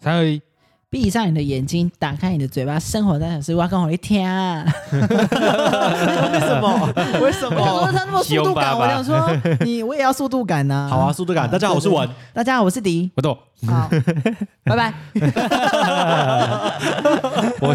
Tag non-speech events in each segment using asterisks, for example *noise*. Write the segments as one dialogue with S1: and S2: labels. S1: 三二一，
S2: 闭上你的眼睛，打开你的嘴巴，生活在小事，我要跟我一天啊！ *laughs*
S3: 为什么？为什
S2: 我想说？他
S3: 么
S2: 那么速度
S1: 凶
S2: 感，
S1: 巴巴
S2: 我想说你我也要速度感呐、
S3: 好啊，，速度感！大家好，我是文。
S2: 大家好，我是迪，
S1: 我懂。 *laughs*
S2: 好，拜拜。
S1: 我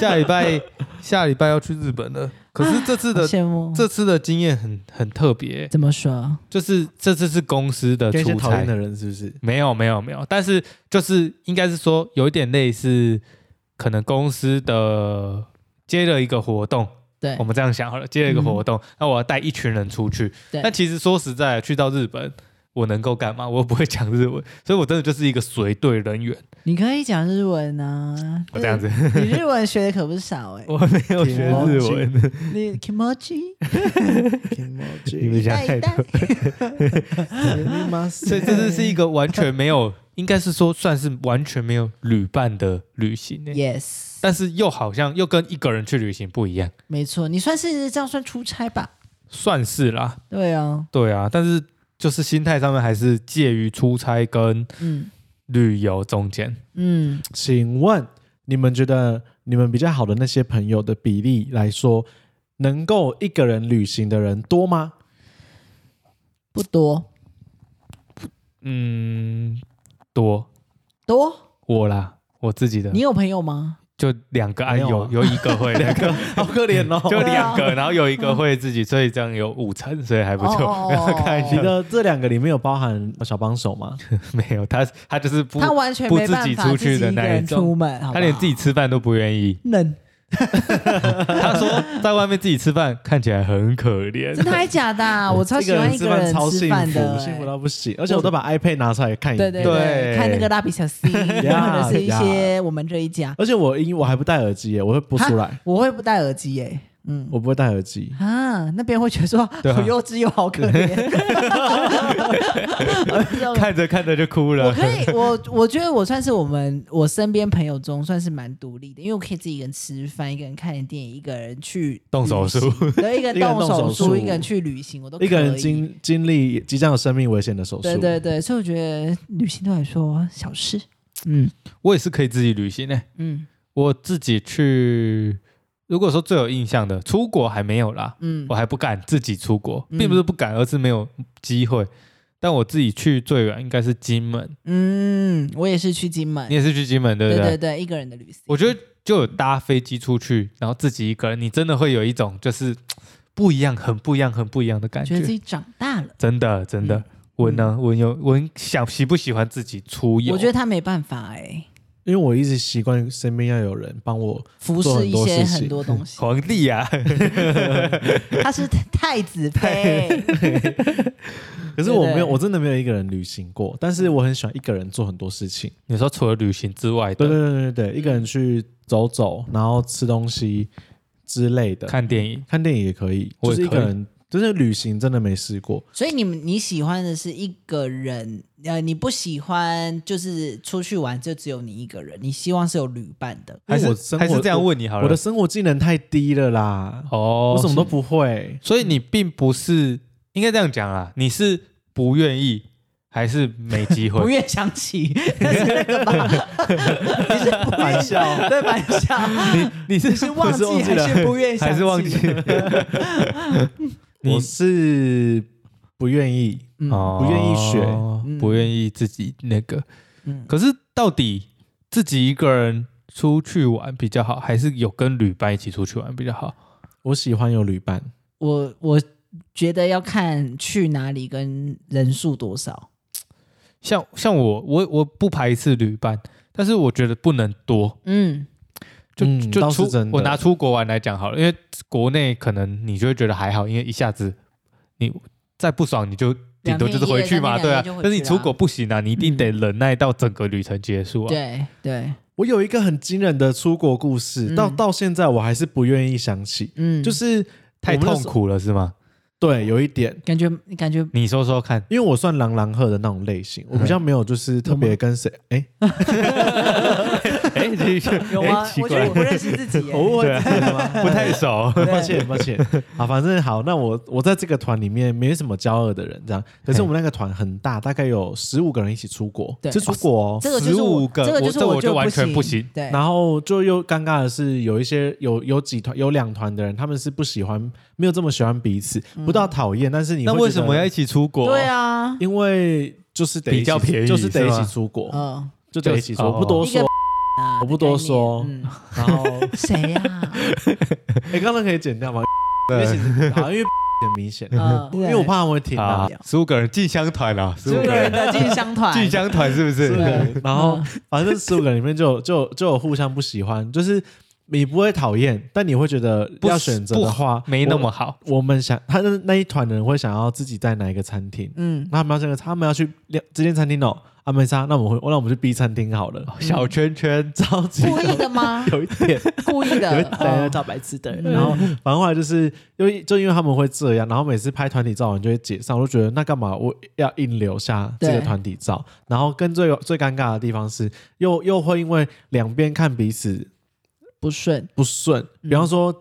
S1: 下礼拜下礼拜要去日本了，可是 *laughs* 这次
S2: 好
S3: 啊
S1: 的
S2: 羡慕，
S1: 这次的经验很很特别，
S2: 怎么说？
S1: 就是这次是公司的
S3: 跟一些
S1: 出
S3: 讨厌
S1: 差
S3: 的，人是不是？
S1: 没有没有没有，但是就是应该是说有一点类似，可能公司的接了一个活动，
S2: 对
S1: 我，们这样想好了，接了一个
S2: 嗯
S1: 活动，那我要带一群人出去。
S2: 对
S1: 但其实说实在，去到日本，我能够干嘛？我又不会讲日文， *laughs* 所以我真的就是一个随队人员，
S2: 你可以讲日文啊，
S1: 我这样子，
S2: 你日文学的可不少
S1: *laughs*
S2: 哎、
S1: 我没有学日文，
S2: 你 kimochi *laughs*
S1: 你们想太多。 *laughs* 所以这次是一个完全没
S2: *laughs*
S1: 有，应该是说算是完全没有旅伴的旅行、欸，
S2: yes，
S1: 但是又好像又跟一个人去旅行不一样，
S2: 没错，你算是这样算出差吧？
S1: 算是啦，
S2: 对啊，
S1: 对啊，但是就是心态上面还是介于出差跟
S2: 嗯
S1: 旅游中间。
S2: 嗯，
S3: 请问你们觉得你们比较好的那些朋友的比例来说，能够一个人旅行的人多吗？
S2: 不多
S1: 嗯，多
S2: 多，
S1: 我啦，我自己的
S2: 你有朋友吗？
S1: 就两个，哎
S3: 没有
S1: 有
S3: 啊
S1: 有一个会， *laughs* 两个
S3: *laughs*
S1: 啊
S3: 好可怜 *laughs* 哦！
S1: 就两个，然后有一个会自己，所以这样有五成，所以还不错。
S2: 哦
S1: 开
S3: 你
S1: 心
S3: 的这两个里面有包含小帮手吗？
S1: *laughs* 没有他，他就是不，
S2: 他
S1: 他
S2: 完全没办法
S1: 不自己出去的那一种
S2: 自己一个人出门，好不好
S1: 连自己吃饭都不愿意。
S2: 冷，
S1: 他 *laughs* 说在外面自己吃饭看起来很可怜
S2: 真，的还假
S1: *laughs*
S2: 的啊、我超喜欢一
S3: 吃
S2: 个人
S3: 饭超幸
S2: 饭
S3: 福，
S2: 的、
S3: 幸福
S2: 欸。
S3: 到不行，而且我都把 iPad 拿出来看一
S2: 对
S3: 遍。
S2: 对
S1: 对
S2: 看那个蜡笔小
S1: *laughs*
S2: 新，或者是一
S3: Yeah,
S2: 些我们这一家，
S3: 而且我因我还不戴耳机耶，我会播出来，
S2: 我会不戴耳机耶、嗯，
S3: 我不会戴耳机。
S2: 啊，那边会觉得说
S1: 对啊
S2: 好幼稚又好可
S1: *laughs*
S2: 怜。 *laughs*
S1: 看着看着就哭
S2: 我
S1: 了。
S2: 可以，我我觉得我算是我们我身边朋友中算是蛮独立的，因为我可以自己一个人吃饭，一个人看电影，一个人去
S1: 动手术
S2: 旅行，对，一个人动手
S3: 一个人动手术
S2: 术，一个人去旅行，我都可以
S3: 一个人。经经历即将有生命危险的手术，
S2: 对对对，所以我觉得旅行对我来说小事。嗯
S1: *laughs* 我也是可以自己旅行的、欸
S2: 嗯
S1: 我自己去。如果说最有印象的，出国还没有啦，
S2: 嗯
S1: 我还不敢自己出国，
S2: 嗯
S1: 并不是不敢，而是没有机会。但我自己去最远应该是金门，
S2: 嗯，我也是去金门
S1: 你，也是去金门，对不
S2: 对
S1: 对？
S2: 对对，一个人的旅行。
S1: 我觉得就有搭飞机出去，然后自己一个人，你真的会有一种就是嘖不一样、很不一样、很不一样的感
S2: 觉得自
S1: 觉。
S2: 己长大了，
S1: 真的，真的
S2: 嗯，
S1: 我呢，我有我想喜不喜欢自己出游？
S2: 我觉得他没办法哎、
S3: 因为我一直习惯身边要有人帮我，
S2: 服
S3: 做
S2: 侍
S3: 很
S2: 一
S3: 多
S2: 些
S3: 事
S2: 很
S3: 情
S2: 多
S1: *laughs*
S2: 东西。
S1: 皇帝
S2: *laughs*
S1: 啊，
S2: 他是太子妃，
S3: 可是我没
S2: 对对
S3: 有，我真的没有一个人旅行过，但是我很喜欢一个人做很多事情。
S1: 你说除了旅行之外
S3: 对
S1: 的，
S3: 对对对对，一个人去走走，然后吃东西之类的，看
S1: 看电影，
S3: 看电影也可以，
S1: 我
S3: 就
S1: 也
S3: 是一个
S1: 可以
S3: 人，就是旅行真的没试过。
S2: 所以你们你喜欢的是一个人，呃，你不喜欢就是出去玩就只有你一个人，你希望是有旅伴的。
S1: 还
S3: 因为
S1: 是
S3: 我生活
S1: 还是这样问你好了。
S3: 我的生活技能太低了啦，
S1: 哦，
S3: 我什么都不会。
S1: 所以你并不是应该这样讲啊，你是不愿意还是没机
S2: 不
S1: 会？
S2: 愿想起， *laughs* 但是那个吧，你是不愿
S3: 玩笑
S2: 对玩笑，
S1: *laughs* 你
S2: 你
S1: 是
S2: 是忘
S3: 不
S2: 记
S3: 是忘记
S2: 还
S3: 了
S2: 是不愿想
S1: 还是忘记？你
S3: 我是不愿意，
S2: 嗯
S1: 哦
S3: 不愿意学
S2: 嗯
S1: 不愿意自己那个。
S2: 嗯，
S1: 可是到底自己一个人出去玩比较好，还是有跟旅伴一起出去玩比较好？
S3: 我喜欢有旅伴。
S2: 我我觉得要看去哪里跟人数多少。
S1: 像像我，我我不排斥旅伴，但是我觉得不能多。
S2: 嗯，
S1: 就、
S3: 嗯
S1: 就
S3: 倒是
S1: 出
S3: 真的
S1: 我拿出国玩来讲好了，因为国内可能你就会觉得还好，因为一下子你再不爽你就顶多就是回去嘛，
S2: 两天一
S1: 对
S2: 夜
S1: 啊
S2: 两天一夜就回去。啦
S1: 但是你出国不行啊，你一定得忍耐到整个旅程结束啊。
S2: 对对，
S3: 我有一个很惊人的出国故事，
S2: 嗯
S3: 到到现在我还是不愿意想起，
S2: 嗯，
S3: 就是
S1: 太
S3: 我们那
S1: 痛
S3: 时候
S1: 苦了是吗？
S3: 对，有一点，
S2: 感觉感觉
S1: 你说说看，
S3: 因为我算狼狼赫的那种类型，
S1: 嗯
S3: 我比较没有就是特别跟谁，哎，
S1: 哎，
S2: *laughs*
S1: 这
S2: 有
S1: 哎
S2: 吗？
S1: 奇
S2: 我觉
S1: 怪
S2: 得我，不认识自
S1: *laughs*
S2: 己耶。
S3: 偶
S1: 对
S3: 尔
S1: 啊
S3: 自己的吗？
S1: 不太熟。 *laughs*
S3: *laughs* 抱歉，抱歉。好，反正好，那我我在这个团里面没什么交恶的人，这样。可是我们那个团很大，大概有十五个人一起出国，
S2: 对
S3: 就出国、哦。
S2: 这个就是我
S1: 15个
S2: 这个
S1: 我
S2: 就是
S1: 这我
S2: 就
S1: 就完全
S2: 不
S1: 不行。
S2: 对，
S3: 然后就又尴尬的是，有一些有有几团有两团的人，他们是不喜欢，没有这么喜欢彼此，不到讨厌，但是你
S1: 嗯那
S3: 会
S1: 为
S3: 觉
S1: 什
S3: 得
S1: 么要一？起出国？
S2: 对，啊，
S3: 因为就是得一起
S1: 比较便宜
S3: 就是得一
S1: 是
S3: 起
S1: 吗哦
S3: 出国，
S2: 嗯，
S3: 就得一起出
S1: 就
S3: 国。
S1: 是哦
S3: 我不多
S2: 一个
S3: 说，
S2: 啊
S3: *laughs* 我不多说
S2: 的概念嗯
S3: 然后
S2: *laughs* 谁呀？
S3: 哎，刚刚可以剪掉吗？因为 *laughs*
S1: 对
S3: 其
S1: *laughs*
S3: 实好，因为很明显，
S2: 嗯
S3: *laughs* 因为我怕他们会听啊
S1: 好。，十五个人进香团啊，十
S2: 所
S1: 五
S2: 有
S1: 个人
S2: 人的进香团，
S1: 进香团是不
S3: 是
S1: 是？
S3: 然后反正十五个人里面就有就有就有互相不喜欢，就是你不会讨厌，但你会觉得
S1: 不
S3: 要选择的话
S1: 没那么好。
S3: 我。我们想，他的那一团人会想要自己在哪一个餐厅，
S2: 嗯，
S3: 那他们要这个，他们要去两这间餐厅哦，啊没差，那我们会，那我们去 B 餐厅好了，
S1: 小圈圈，
S3: 超级？
S2: 故意的吗
S3: *laughs* 有一点
S2: 故意
S3: 有一
S2: 的，
S3: 点
S2: 哦
S3: 找白痴的人，
S2: 嗯
S3: 然后反正后来就是因为就因为他们会这样，然后每次拍团体照完就会解散，我就觉得那干嘛我要硬留下这个
S2: 对
S3: 团体照？然后跟最最尴尬的地方是，又又会因为两边看彼此
S2: 不顺，
S3: 不顺，
S2: 嗯
S3: 比方说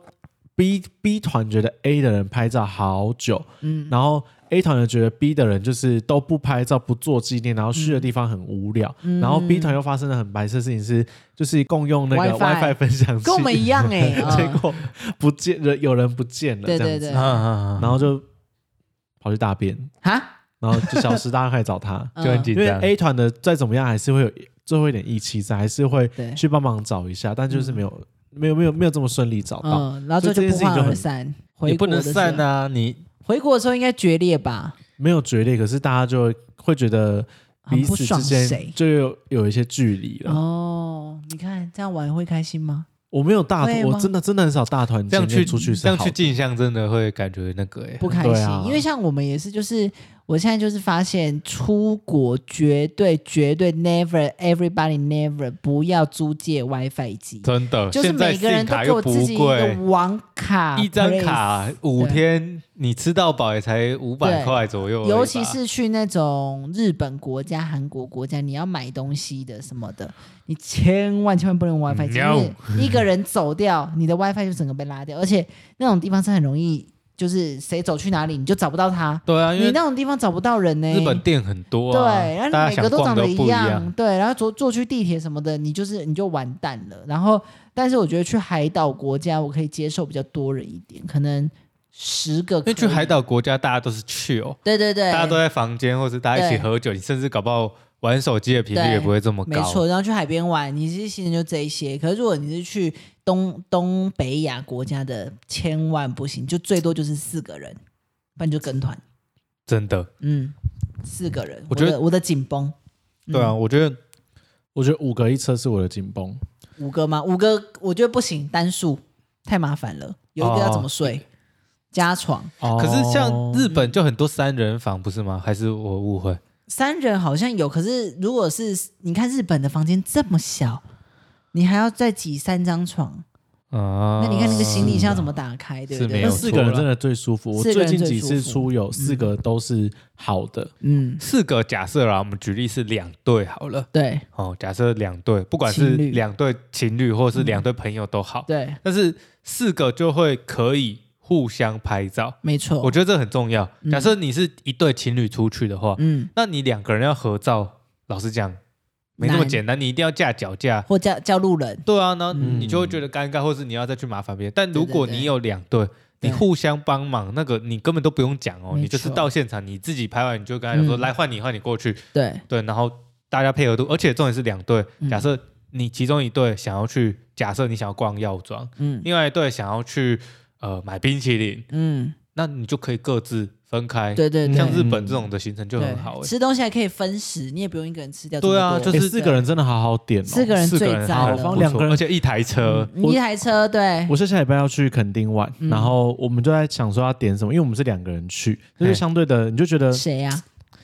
S3: B B 团觉得 A 的人拍照好久，
S2: 嗯，
S3: 然后 A 团又觉得 B 的人就是都不拍照、不做纪念，然后去的地方很无聊，
S2: 嗯
S3: 然后 B 团又发生了很白痴的事情是，就是共用那个
S2: WiFi
S3: WiFi 分享器，
S2: 跟我们一样哎，
S3: *laughs* 结
S2: 嗯
S3: 果不见人，有人不见了，
S2: 对
S3: 这样
S2: 对
S3: 子
S2: 对，
S1: 啊，
S3: 然后就跑去大便，
S2: 哈，
S3: 然后就消失， *laughs* 大家开始找他，
S2: 嗯
S1: 就很紧
S3: 因为
S1: 张。
S3: A 团的再怎么样还是会有最后一点义气在，还是会
S2: 对
S3: 去帮忙找一下，但就是没有、没有没有没有这么顺利找到。
S2: 嗯，然后最后
S3: 所以
S2: 就不
S3: 这件事情
S2: 欢
S3: 就
S2: 而
S3: 很
S2: 散，
S1: 你
S2: 回
S1: 不
S2: 国
S1: 能
S2: 的时候
S1: 散啊！你
S2: 回国的时候应该决裂吧？
S3: 没有决裂，可是大家就会会觉得彼
S2: 很啊不
S3: 此
S2: 爽
S3: 之间啊
S2: 谁
S3: 就有有一些距离了。
S2: 哦，你看这样玩会开心吗？
S3: 我没有大，
S2: 会吗
S3: 我真的真的很少大团
S1: 这样
S3: 经验
S1: 去
S3: 出去是
S1: 这样
S3: 好
S1: 去
S3: 的
S1: 进香，真的会感觉那个哎，
S2: 不开
S3: 对
S2: 心，
S3: 啊
S2: 因为像我们也是，就是我现在就是发现，出国绝对绝对 never everybody never 不要租借 WiFi 机，
S1: 真的。
S2: 就是
S1: 现在
S2: 每个人
S1: 信
S2: 都
S1: 卡
S2: 给
S1: 又
S2: 我
S1: 不
S2: 自己一个
S1: 贵，
S2: 网卡，
S1: 一张卡
S2: please
S1: 五
S2: 对
S1: 天，你吃到饱也才五百
S2: 对
S1: 块左右而已吧，
S2: 尤其是去那种日本国家、韩国国家，你要买东西的什么的，你千万千万不能用 WiFi，
S1: 嗯
S2: 机、
S1: No
S2: 因为一个人走掉，你的 WiFi 就整个被拉掉，而且那种地方是很容易，就是谁走去哪里你就找不到他，
S1: 对啊，因
S2: 你
S1: 为
S2: 那种地方找不到人呢、
S1: 日本店很多啊，
S2: 对，然后
S1: 大
S2: 你
S1: 家想
S2: 每个都
S1: 逛
S2: 长得
S1: 不一
S2: 样，，对，然后坐坐去地铁什么的，你就是你就完蛋了。然后，但是我觉得去海岛国家，我可以接受比较多人一点，可能十个
S1: 因为去海
S2: 岛，
S1: 岛国家，大家都是去哦，
S2: 对对对，
S1: 大家都在房间，或者大家一起
S2: 对
S1: 喝酒，你甚至搞不好玩手机的频率
S2: 对
S1: 也不会这么
S2: 没
S1: 高。
S2: 错，然后去海边玩，你是行程就这一些。可是如果你是去东东北亚国家的，千万不行，就最多就是四个人，不然你就跟团。
S1: 真的，
S2: 嗯，四个人，
S1: 我觉得
S2: 的我的紧绷。嗯
S1: 对啊，我觉得
S3: 我觉得五个一车是我的紧绷，
S2: 五个吗？五个我觉得不行，单数太麻烦了。有一个要怎么睡？
S1: 哦
S2: 加床
S1: 可是像日
S3: 哦
S1: 本就很多三人房，不是吗？还是我误会？
S2: 三人好像有，可是如果是你看日本的房间这么小，你还要再挤三张床，
S1: 啊，
S2: 那你看你的行李箱要怎么打开，对不
S1: 是没
S2: 对
S1: 有
S3: 那？
S1: 错
S3: 四个人真的最舒服，我
S2: 四个
S3: 最
S2: 人
S3: 近
S2: 最
S3: 几次
S2: 舒服
S3: 出游四个都是好的，
S2: 嗯，
S1: 四个假设啦，我们举例是两对好了，
S2: 对
S1: 哦，假设两对，不管是
S2: 情侣嗯
S1: 两对情侣或是两对朋友都好，
S2: 对，
S1: 但是四个就会可以互相拍照，
S2: 没错。
S1: 我觉得这很重要。
S2: 嗯
S1: 假设你是一对情侣出去的话，
S2: 嗯，
S1: 那你两个人要合照，老实讲没那么
S2: 难
S1: 简单，你一定要架脚架。
S2: 或叫叫路人，
S1: 对啊，那
S2: 嗯
S1: 你就会觉得尴尬，或是你要再去麻烦别人。但如果
S2: 对对对
S1: 你有两对，你
S2: 对
S1: 互相帮忙，那个你根本都不用讲哦，
S2: 没错
S1: 你就是到现场你自己拍完，你就跟他讲说：“
S2: 嗯
S1: 来换你，换你过去。
S2: 对”
S1: 对，然后大家配合度，而且重点是两队。
S2: 嗯
S1: 假设你其中一队想要去，假设你想要逛药妆，
S2: 嗯
S1: 另外一队想要去呃买冰淇淋，
S2: 嗯，
S1: 那你就可以各自分开。
S2: 对对对，
S1: 哎
S2: 嗯
S1: 像日本这种的行程就
S2: 对
S1: 很好哎。
S2: 吃东西还可以分食，你也不用一个人吃掉这么
S1: 对
S2: 多。哎
S1: 啊，就
S3: 诶
S1: 是
S3: 四个人真的好好点哦。
S2: 四个人
S1: 欸四
S2: 最
S1: 个人
S2: 赞
S1: 好
S2: 了，
S1: 不错，
S3: 两个人
S1: 而且一台车，
S2: 嗯一台车，对
S3: 我，是下礼拜要去垦丁玩，
S2: 嗯
S3: 然后我们就在想说要点什么，因为我们是两个人去，就是
S1: 嘿
S3: 相对的，你就觉
S1: 呃
S3: 得
S2: 谁啊呀？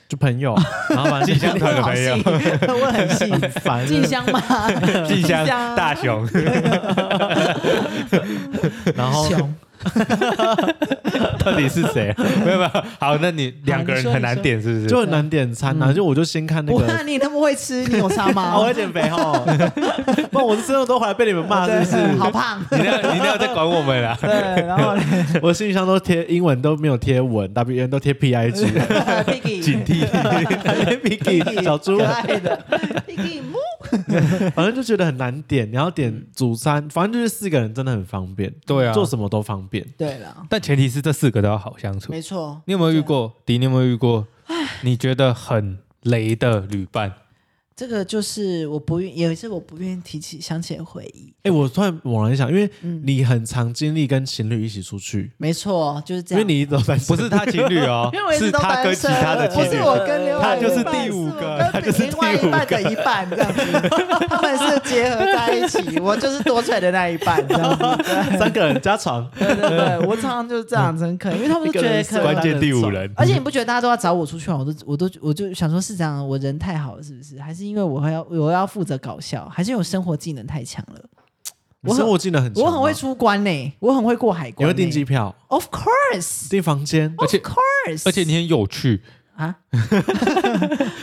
S3: 就朋友，然后反
S1: 进
S3: 正
S1: 香团的
S2: 好
S1: 朋
S2: 细，
S1: 友，
S2: 我很细。
S3: 很烦，
S2: 静香吗？嗯 *laughs*
S1: 静香
S2: 静香
S1: 大雄，
S3: 然后
S2: 熊
S1: *laughs* 到底是
S2: *laughs*
S1: 谁？没有没有，好，那你两个
S2: 你
S1: 人
S2: 说
S1: 很
S2: 你
S1: 难
S2: 说
S1: 点是不是？
S3: 就很难点餐呐、
S2: 嗯
S3: 就我就先看那
S2: 我
S3: 个
S2: 看你那么会吃，你有差吗？
S3: 啊，我会减肥哦，不然我这么多回来被你们骂是不
S2: 对
S3: 是？
S2: 好胖。
S1: 你那，你那要在管我们啊啦。
S2: *laughs* 对，然后呢
S3: 我信箱都贴英文都没有贴文，W N 都贴 P I G，
S1: 警
S2: Piggy，
S1: 惕，
S3: Vicky 小猪
S2: 可，爱的 Piggy 木
S3: 反正就觉得很难点。你要点主餐，反正就是四个人真的很方便，
S1: 对啊。
S3: 做什么都方便。
S2: 对了，
S1: 但前提是这四个都要好相处。
S2: 没错。
S1: 你有没有遇过？迪，你有没有遇过？你觉得很雷的旅
S2: *laughs*
S1: 伴？
S2: 这个就是我不愿，也是我不愿意提起想起的回忆。
S3: 哎、我突然猛然想，因为你很常经历跟情侣一起出去，
S2: 没错，就是这
S3: 因为
S2: 样。
S3: 你一直都 *laughs* 在
S1: 不是他情侣哦
S2: *laughs* 因为我，一直
S1: 是
S2: 都
S1: 他
S2: 单
S1: 跟
S2: 身，
S1: 其他的情
S2: 不是
S1: 侣。
S2: 我跟另外
S1: 他就是
S2: 一半
S1: 第五个
S2: 是我
S1: 他就是
S2: 跟另外一半的一半这样子，他们是结合在一起，我就是多出来的那一半这样子。
S3: 三个人加床，
S2: 对对对，
S1: *laughs*
S2: 我常常就是这样子，很可怜，因为他们都觉得可
S1: *laughs* 关
S2: 能。
S1: 键第五人，
S2: 而且你不觉得大家都要找我出去玩，我都我都我就想说是这样，我人太好了是不是？还是因为我还要我要负责搞笑，还是因为我生活技能太强了？
S3: 我生活技能很强，
S2: 我很会，出关呢、我很会过海
S3: 你
S2: 关、
S3: 会订机票、
S2: ？Of course，Of
S3: 订房间，
S1: 而且
S2: course，
S1: *laughs* 而且你很有趣，
S2: 啊，
S1: *laughs*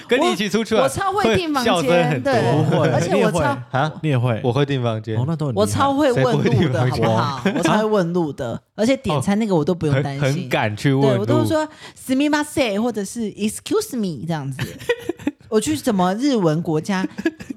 S1: 跟你一起出去
S2: 我
S1: 玩，
S2: 超会订房
S1: 啊笑声
S2: 间，
S1: 很
S2: 对
S1: 多。 *laughs*
S3: 不会
S2: 而且
S3: 你也
S2: 我
S3: 会
S2: 超
S1: 啊，
S3: 你也会，
S1: 我会订房间
S3: 哦，，那都很厉害
S2: 我超会问
S1: 谁不会
S2: 路
S1: 订
S2: 的，
S1: 房
S2: 好
S1: 间哦
S2: 不好？我超会问路的，而且点餐那个我都不用担
S1: 很很
S2: 心，
S1: 敢去问
S2: 对
S1: 路。
S2: 我都会说 s m i m a s e 或者是 excuse me 这样子。 *laughs* 我去什么日文国家、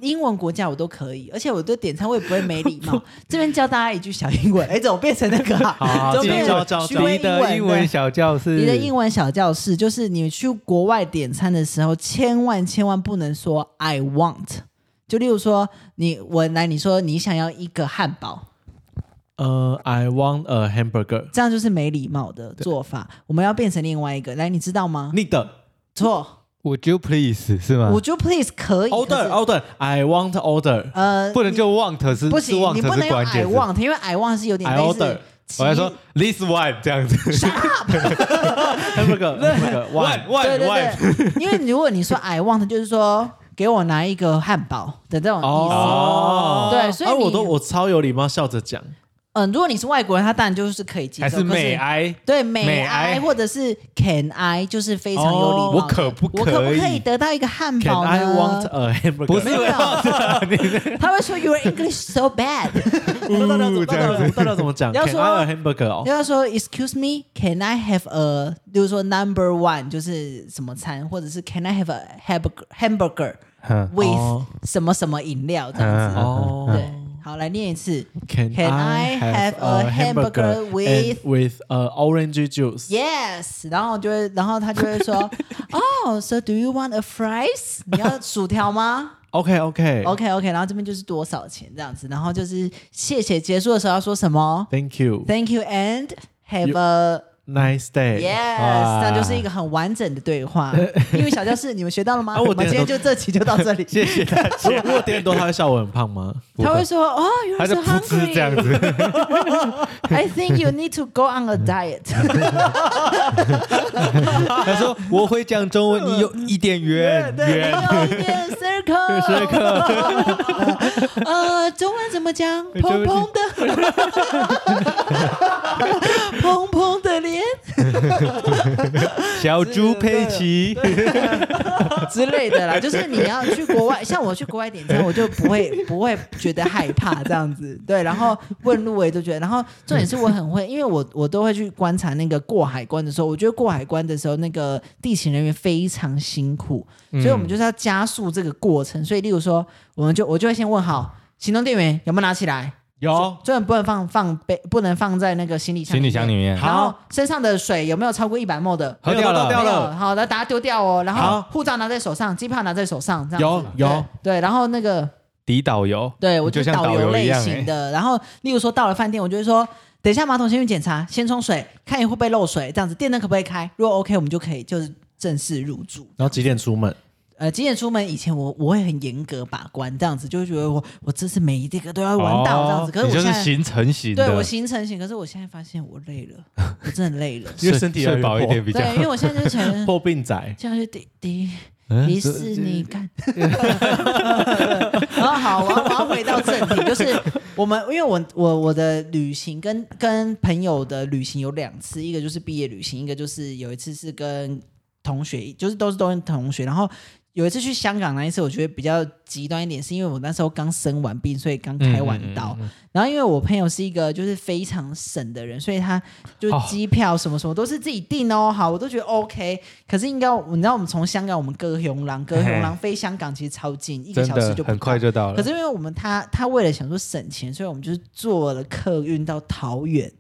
S2: 英文国家我都可以，而且我对点餐我也不会没礼貌。这边教大家一句小英文，哎，怎么变成那个啊？
S3: 好
S2: 怎么变
S3: 教
S2: 成
S3: 教
S2: 学会
S1: 迪的英
S2: 英文
S1: 文
S2: 对
S1: 小教室，
S2: 你的英文小教室，就是你去国外点餐的时候，千万千万不能说 I want。就例如说，你我来，你说你想要一个汉堡，
S3: 呃，I want a hamburger，
S2: 这样就是没礼貌的做法。我们要变成另外一个，来，你知道吗？
S3: 你的
S2: 错，
S1: 我就 please 是吗
S2: 我？就 please 可以
S3: order 哦
S2: 可是
S3: order，I want order，
S2: 呃，
S1: 不能就 want 是
S2: 不
S1: 是
S2: 行，
S1: want
S2: 你不能
S1: 是
S2: 用
S1: 关
S2: I
S1: 键字。
S2: want，因为 I want 是有点
S3: I
S2: 类
S3: order
S1: 我
S2: 似。
S1: 还说 this one 这样子
S3: *laughs* hamburger hamburger
S1: *laughs* ，one
S3: one，
S2: 对
S1: one
S2: 对
S1: one，
S2: 对，因为如果你说 I want，就是说给我拿一个汉堡的这种意思。
S3: 哦，
S2: 对所以
S3: 啊
S2: 你
S3: 我都我超有礼貌，笑着讲，
S2: 嗯，如果你是外国人，他当然就是可以接
S1: 还
S2: 受。
S1: 是
S2: 可
S1: 美 I
S2: 对美
S1: 美 I
S2: 或者是 Can I，就是非常有礼貌
S3: 哦
S2: 的、
S1: 我可不
S2: 我可不
S1: 可以
S2: 可以得到一个汉
S3: Can
S2: 堡
S3: I
S2: 呢
S3: want a hamburger？
S1: 不 *laughs* 是啊
S2: 没有
S1: want，
S2: 他会说 Your English so bad，
S3: 不知道怎么
S1: 这样
S3: 不知道怎么讲
S2: 要
S3: ，Can
S2: 说
S3: I a hamburger？哦，
S2: 要说 Excuse me，Can I have a，比如说 Number One 就是什么餐，或者是 Can I have a hamburger hamburger
S1: 嗯
S2: with、
S3: 哦
S2: 什么什么饮料这样子？
S3: 哦
S2: 对，好，来念一次。
S3: Can
S2: Can
S3: I
S2: I have
S3: have a
S2: a
S3: hamburger
S2: hamburger
S3: and with a orange juice？
S2: Yes，然后就会，然后他就会说，Oh, so do you want a fries？你要薯条吗？
S3: OK OK
S2: OK OK，然后这边就是多少钱这样子，然后就是谢谢结束的时候要说什么
S3: Thank you
S2: ，Thank you and have a
S3: Nice day
S2: yes，
S3: 哇
S2: 那就是一个很完整的
S1: *laughs*
S2: 对话。英语小教室你们学到了吗？
S3: 啊我
S2: 们今天就这期就到这里。
S1: 谢谢大
S3: 如果
S1: 家。
S3: 如果点很多他会笑我很胖吗？
S2: 他会说哦，you
S1: 他
S2: are
S1: 就
S2: so
S1: 噗嗤这样
S2: hungry.
S1: 子，
S2: *laughs* I think you need to go on
S1: *laughs*
S2: a diet.
S1: 他说我会讲中文，你有一点远
S2: 对，
S1: 远，
S2: 有一
S1: *laughs*
S2: 点 circle。circle。呃，中文怎么讲？
S1: 哎
S2: 蓬蓬的， *laughs* 蓬蓬的脸。
S1: 小猪佩奇，
S2: 之类的啦， *laughs* 就是你要去国外，像我去国外点餐，我就不会
S1: *laughs*
S2: 不会觉得害怕这样子，对。然后问路我也都觉得，然后重点是我很会，因为我我都会去观察那个过海关的时候，我觉得过海关的时候那个地勤人员非常辛苦，
S1: 嗯
S2: 所以我们就是要加速这个过程。所以例如说，我们就我就会先问好，行动电源有没有拿起来？
S3: 有
S2: 虽然不能放放背，不能放在那个行李箱，
S1: 行李箱里面
S2: 然后身上的水有没有超过一百 ml 的？
S1: 喝掉了
S3: 掉
S2: 没有
S3: 了
S2: 好的，大家丢掉哦。然后
S3: 好
S2: 护照拿在手上，机票拿在手上，这样
S3: 有
S2: 子
S3: 有
S2: 对。然后那个，
S1: 迪导游，
S2: 对我
S1: 你就是像
S2: 导
S1: 导游一
S2: 类
S1: 样
S2: 型
S1: 欸
S2: 的。然后，例如说到了饭店，我就会说，等一下马桶先去检查，先冲水，看你会不会漏水，这样子电灯可不可以开？如果 OK，我们就可以就是正式入住。
S3: 然后几点出门？
S2: 呃，几点出门以前我，我会很严格把关，这样子就会觉得我我这次每一个都要玩到这样哦子。可是
S1: 哦你
S2: 我
S1: 就
S2: 现
S1: 是
S2: 在
S1: 行程型的，
S2: 对我行程型，可是我现在发现我累了，我真的累了。
S3: 因为身体
S1: 睡饱一点比较
S2: *laughs* 对，因为我现在就是想
S3: 破病仔，
S2: 这样去迪迪
S1: 嗯
S2: 迪士尼看。然后好，我要我要回到正题，就是我们因为我我我的旅行跟跟朋友的旅行有两次，一个就是毕业旅行，一个就是有一次是跟同学，就是都是都是同学。然后有一次去香港那一次，我觉得比较极端一点，是因为我那时候刚生完病，所以刚开完刀。
S1: 嗯嗯嗯
S2: 然后因为我朋友是一个就是非常省的人，所以他就
S1: 哦
S2: 机票什么什么都是自己订哦。好，我都觉得 OK。可是应该你知道，我们从香港我们哥雄狼哥雄狼飞香港其实超近，一
S1: 真
S2: 个小时
S1: 的
S2: 就不
S1: 很快
S2: 到。
S1: 就到了。
S2: 可是因为我们他他为了想说省钱，所以我们就是坐了客运到
S1: *laughs*
S2: 桃园，